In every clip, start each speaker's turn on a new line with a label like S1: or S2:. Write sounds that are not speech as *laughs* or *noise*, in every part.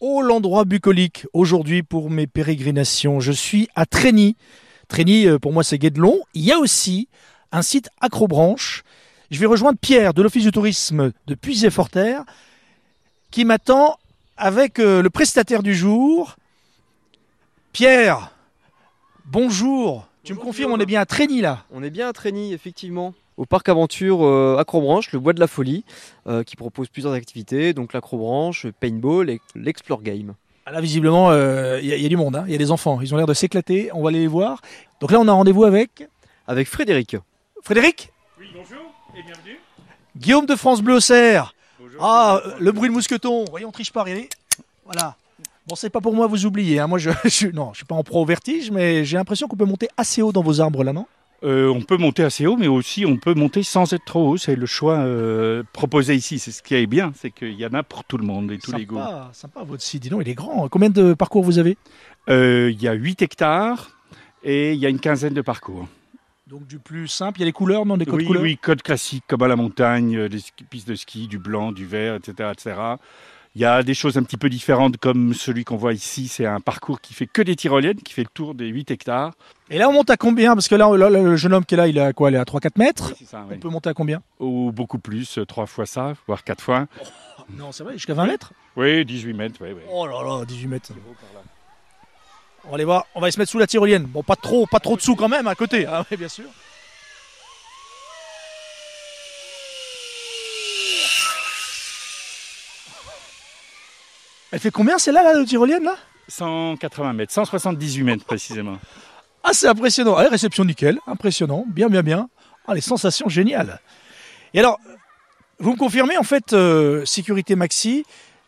S1: Oh, l'endroit bucolique aujourd'hui pour mes pérégrinations. Je suis à Trény. Trény, euh, pour moi, c'est Guédelon. Il y a aussi un site Acrobranche. Je vais rejoindre Pierre de l'Office du tourisme de Puisay-Forterre qui m'attend avec euh, le prestataire du jour. Pierre, bonjour. Tu me
S2: Bonjour,
S1: confirmes,
S2: Guillaume.
S1: on est bien à Trény là
S2: On est bien à Trény, effectivement. Au parc aventure euh, Acrobranche, le bois de la folie, euh, qui propose plusieurs activités, donc l'Acrobranche, le paintball et l'explore game.
S1: Ah Là, visiblement, euh, il y, a- il y a du monde, hein. il y a des enfants. Ils ont l'air de s'éclater, on va aller les voir. Donc là, on a rendez-vous avec
S2: Avec Frédéric.
S1: Frédéric
S3: Oui, bonjour et bienvenue.
S1: Guillaume de France Bleu Auxerre.
S3: Bonjour.
S1: Ah, euh, le bruit de mousqueton. Voyez, on triche pas, regardez. Voilà. Bon, c'est pas pour moi, vous oubliez. hein. Moi, je, *laughs* je, non, je suis pas en pro au vertige, mais j'ai l'impression qu'on peut monter assez haut dans vos arbres là, non
S3: Euh, on peut monter assez haut, mais aussi on peut monter sans être trop haut. C'est le choix euh, proposé ici. C'est ce qui est bien, c'est qu'il y en a pour tout le monde et tous les goûts.
S1: Sympa, sympa votre site. Dis donc, il est grand. Combien de parcours vous avez
S3: Euh, Il y a 8 hectares et il y a une quinzaine de parcours.
S1: Donc du plus simple, il y a les couleurs, non Des codes
S3: oui,
S1: couleurs
S3: oui, code classique comme à la montagne, euh, les ski- pistes de ski, du blanc, du vert, etc., etc. Il y a des choses un petit peu différentes comme celui qu'on voit ici. C'est un parcours qui fait que des tyroliennes, qui fait le tour des 8 hectares.
S1: Et là, on monte à combien Parce que là, là, là, le jeune homme qui est là, il est à quoi Il est à 3-4 mètres.
S3: Oui, c'est ça,
S1: On
S3: oui.
S1: peut monter à combien
S3: Ou beaucoup plus, euh, trois fois ça, voire quatre fois.
S1: Non, c'est vrai, jusqu'à 20 mètres
S3: Oui, 18 mètres, oui, oui.
S1: Oh là là, 18 mètres. On va aller voir, on va aller se mettre sous la tyrolienne. Bon, pas trop, pas trop dessous quand même, à côté. Ah oui, bien sûr. Elle fait combien celle-là, là, de tyrolienne, là
S3: 180 mètres, 178 mètres précisément.
S1: Ah, c'est impressionnant. Ah, réception nickel, impressionnant, bien, bien, bien. Ah, les sensations géniales. Et alors, vous me confirmez, en fait, euh, sécurité maxi,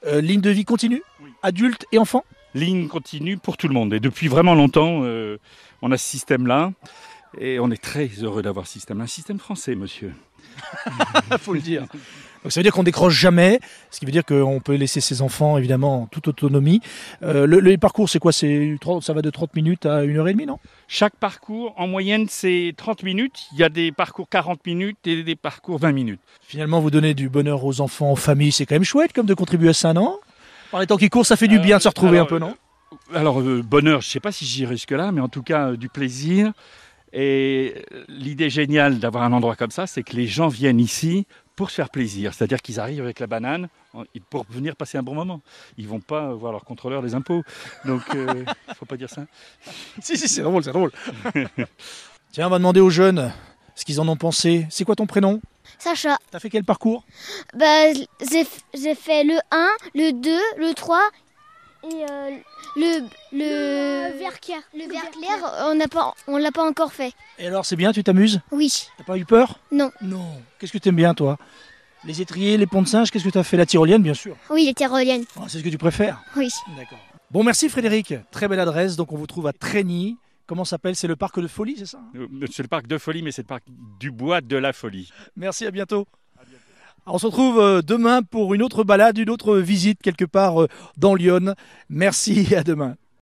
S1: euh, ligne de vie continue,
S3: Oui.
S1: adultes et enfants
S3: Ligne continue pour tout le monde. Et depuis vraiment longtemps, euh, on a ce système-là. Et on est très heureux d'avoir ce système. Un système français, monsieur.
S1: faut le dire. Donc ça veut dire qu'on décroche jamais, ce qui veut dire qu'on peut laisser ses enfants évidemment en toute autonomie. Euh, le, le parcours, c'est quoi C'est 30 ça va de 30 minutes à 1h30, non
S3: Chaque parcours, en moyenne, c'est 30 minutes. Il y a des parcours 40 minutes et des parcours 20 minutes.
S1: Finalement, vous donnez du bonheur aux enfants, aux familles, c'est quand même chouette comme de contribuer à ça, non Par les temps qui courent, ça fait du bien de se
S3: Euh,
S1: retrouver
S3: alors,
S1: un peu, non
S3: Alors, euh, bonheur, je ne sais pas si j'irai jusque-là, mais en tout cas, euh, du plaisir. Et euh, l'idée géniale d'avoir un endroit comme ça, c'est que les gens viennent ici pour se faire plaisir. C'est-à-dire qu'ils arrivent avec la banane en- et pour venir passer un bon moment. Ils vont pas euh, voir leur contrôleur des impôts. Donc, euh, faut pas dire ça.
S1: Si, si, c'est drôle, c'est drôle. *laughs* Tiens, on va demander aux jeunes ce qu'ils en ont pensé. C'est quoi ton prénom
S4: Sacha,
S1: T'as fait quel parcours
S4: bah, j'ai j'ai fait le 1, le 2, le 3 et euh, le, le, vert clair. Le vert clair, on n'a pas- on l'a pas encore fait.
S1: Et alors, c'est bien, tu t'amuses
S4: Oui.
S1: T'as pas eu peur
S4: Non.
S1: Non. Qu'est-ce que t'aimes bien, toi Les étriers, les ponts de singe, qu'est-ce que t'as fait La tyrolienne, bien sûr.
S4: Oui, les tyroliennes.
S1: Ah, c'est ce que tu préfères
S4: Oui.
S1: D'accord. Bon, merci Frédéric. Très belle adresse. Donc, on vous trouve à Trény. Comment s'appelle C'est le parc de folie, c'est ça hein
S3: Euh, C'est le parc de folie, mais c'est le parc du bois de la folie.
S1: Merci, à bientôt. Alors, on se retrouve euh, demain pour une autre balade, une autre visite quelque part euh, dans Lyon. Merci, à demain.